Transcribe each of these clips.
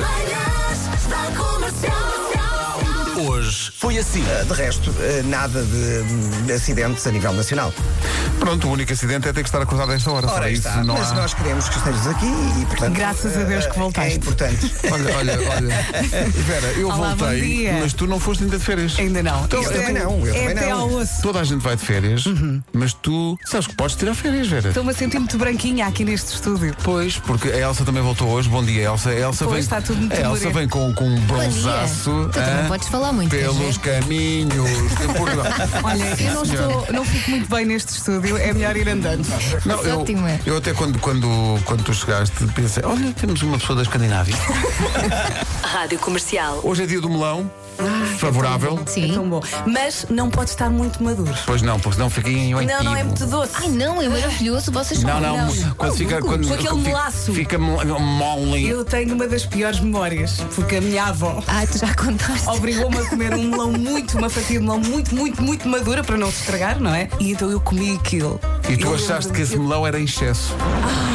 Manhãs da Comercial. Hoje foi assim. De resto, eh, nada de hum, acidentes a nível nacional. Pronto, o único acidente é ter que estar acordado a esta hora. só Ora, aí isso está. não Mas há. nós queremos que estejas aqui e, portanto. Graças a eh, Deus que É voltaste. importante. Olha, olha, olha. Vera, eu Olá, bom voltei, dia. mas tu não foste ainda de férias. Ainda não. Então, Isto eu é- também não, eu é também até não. ao osso. Toda a gente vai de férias, Uhum. mas tu sabes que podes tirar férias, Vera. Estou-me a sentir muito branquinha aqui neste estúdio. Pois, porque a Elsa também voltou hoje. Bom dia, Elsa. A Elsa Pois, vem, está tudo muito a Elsa moreno. vem com, com um bronzaço. Tu também é. hã? podes falar muito, Pelos gente. caminhos de Portugal. Olha, eu não, senhora. estou, não fico muito bem neste estúdio, é melhor ir andando. Não, Isso é eu, ótimo, é. eu até quando, quando, quando tu chegaste pensei, olha, temos uma pessoa da Escandinávia. Rádio Comercial. Hoje é dia do melão, favorável. Sim. Ah, é Tão bom. Mas não pode estar muito maduro. Pois não, porque senão fica em Não, não é muito doce. Ai não, é maravilhoso, vocês Não, são não, quando fica. Quando, Com aquele fica- melaço. Fica mo- é mole. Eu tenho uma das piores memórias, porque a minha avó Ai, tu já Oh, contaste. obrigou-me a comer um melão muito, uma fatia de melão muito, muito, muito madura para não se estragar, não é? E então eu comi aquilo. E tu Eu achaste lembro-me- que esse melão era em excesso. Claro.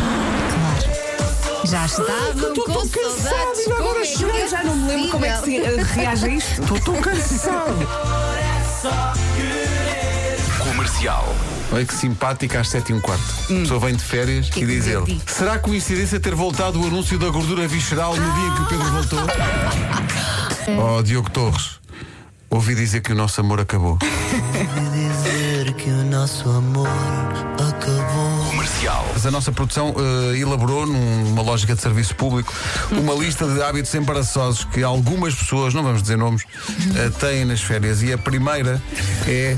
Já estavam com saudades. e Como é agora que chorei, é já não me lembro como é que se possível? eh, reage a isto. Estou tão cansado. Comercial. Olha que simpática às 7 e um quarto. A pessoa vem de férias e diz divertido. ele: Será coincidência ter voltado o anúncio da gordura visceral no dia em que o Pedro voltou? oh, Diogo Torres, ouvi dizer que o nosso amor acabou. dizer que o nosso amor acabou. Comercial. Mas a nossa produção eh, elaborou, num- numa lógica de serviço público, uma lista de hábitos embaraçosos que algumas pessoas, não vamos dizer nomes, eh, têm nas férias. E a primeira é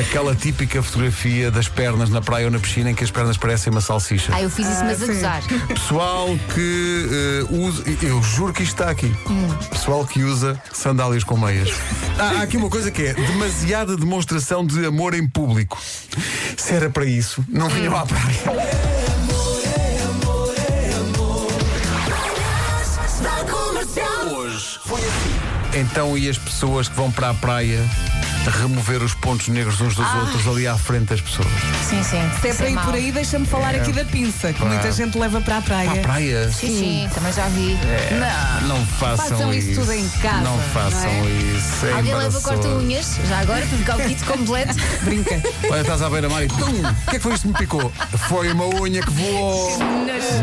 aquela típica fotografia das pernas na praia ou na piscina em que as pernas parecem uma é. salsicha. Ah, eu fiz isso, mas a gozar. Pessoal que eh, usa. Eu juro que isto está aqui. Pessoal que usa sandálias com meias. Há, há aqui uma coisa que é demasiada demonstração de amor em público. Se era para isso, não vinham à praia. Manhãs da Comercial. Então, e as pessoas que vão para a praia remover os pontos negros uns dos outros ali à frente das pessoas? Sim, sim. Se é Isso para ir mau. por aí, deixa-me falar É. aqui da pinça, que Claro. muita gente leva para a praia. Para a praia? Sim, sim, também já vi. É. Não, façam, Façam isso. isso tudo em casa, Não não façam é? isso. É Alguém leva embaraçoso. corta-unhas, já agora, para ficar o kit completo. Brinca. Olha, estás à beira-mar e. Tum! O que é que foi isto que me picou? Foi uma unha que voou.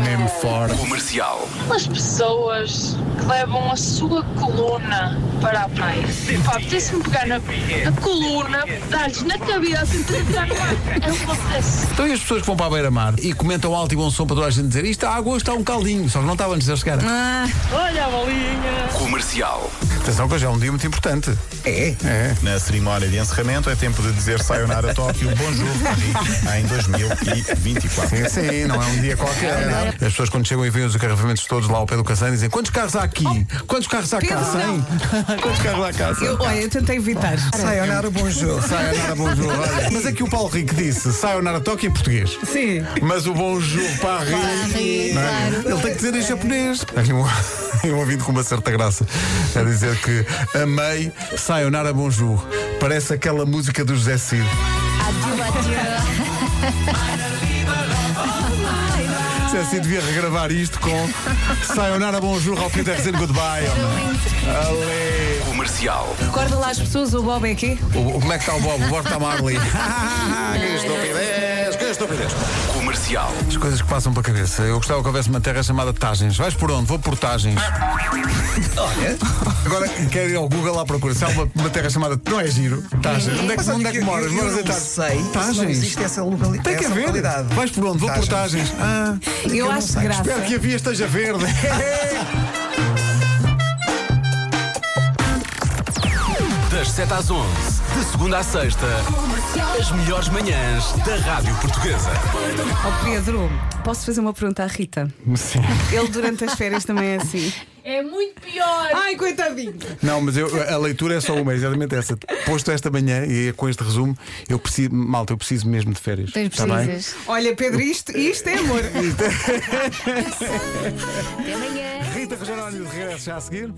Mesmo forte. Comercial. Aquelas pessoas que levam a sua coluna para a praia. Pá, apetece-me pegar na, na coluna, dar-lhes na cabeça e tentar no ar. É o que acontece. Então e as pessoas que vão para a beira-mar e comentam alto e bom som para toda a gente dizer isto, a água está um caldinho, só que não estava antes de eu chegar. Olha a bolinha. Comercial. Atenção que hoje é um dia muito importante. É. Na cerimónia de encerramento é tempo de dizer Sayonara Tóquio, bonjour Paris, em 2024. É sim, não é um dia qualquer. não. As pessoas quando chegam e veem os encarregamentos todos lá ao pé do Cassan dizem quantos carros há aqui? Quantos carros há cá? Pedro, não. 100? quantos carros há cá? 100? Eu, olha, eu tentei evitar. Sayonara, bom jogo. Sayonara Bonjour. Olha, Mas é que o Paulo Rico disse Sayonara Tóquio em português. Sim. Mas o Bonjour Paris. Paris, não é? claro. Ele tem que dizer em japonês. Há Aqui um, um ouvido com uma certa graça a dizer que amei Sayonara Bonjour. Parece aquela música do José Cid. Adieu, adieu. José Cid devia regravar isto com Sayonara Bonjour ao Peter and Goodbye. homem. Ale. Comercial. Recorda lá as pessoas, o Bob é aqui. O- o- como é que está o Bob? O Bob está Marley. que estupidez, que estupidez. Comercial. As coisas que passam pela cabeça. Eu gostava que houvesse uma terra chamada Tagens. Vais por onde? Vou por Tagens. Olha. Ah, Agora quero ir ao Google à procura. Se há uma, uma terra chamada. Não é giro? Tagens. Onde é que, Mas olha onde é que moras? Eu, eu Moras em não Tagens. sei. se Não Tagens. existe essa localidade. Tem que essa haver. localidade. Vais por onde? Vou por Tagens. Ah, Eu, acho graça. espero que a via esteja verde. Das 7 às 11, de segunda à sexta, as melhores manhãs da Rádio Portuguesa. Oh, Pedro, posso fazer uma pergunta à Rita? Sim. Ele durante as férias também é assim. É muito pior. Ai, coitadinho. Não, mas eu- a leitura é só uma, é exatamente essa. Posto esta manhã e é com este resumo, eu preciso, malta, eu preciso mesmo de férias. Tens Tá Está bem? precisas. Olha, Pedro, isto, isto é amor. Até amanhã. Rita Rogeroni de regresso já a seguir.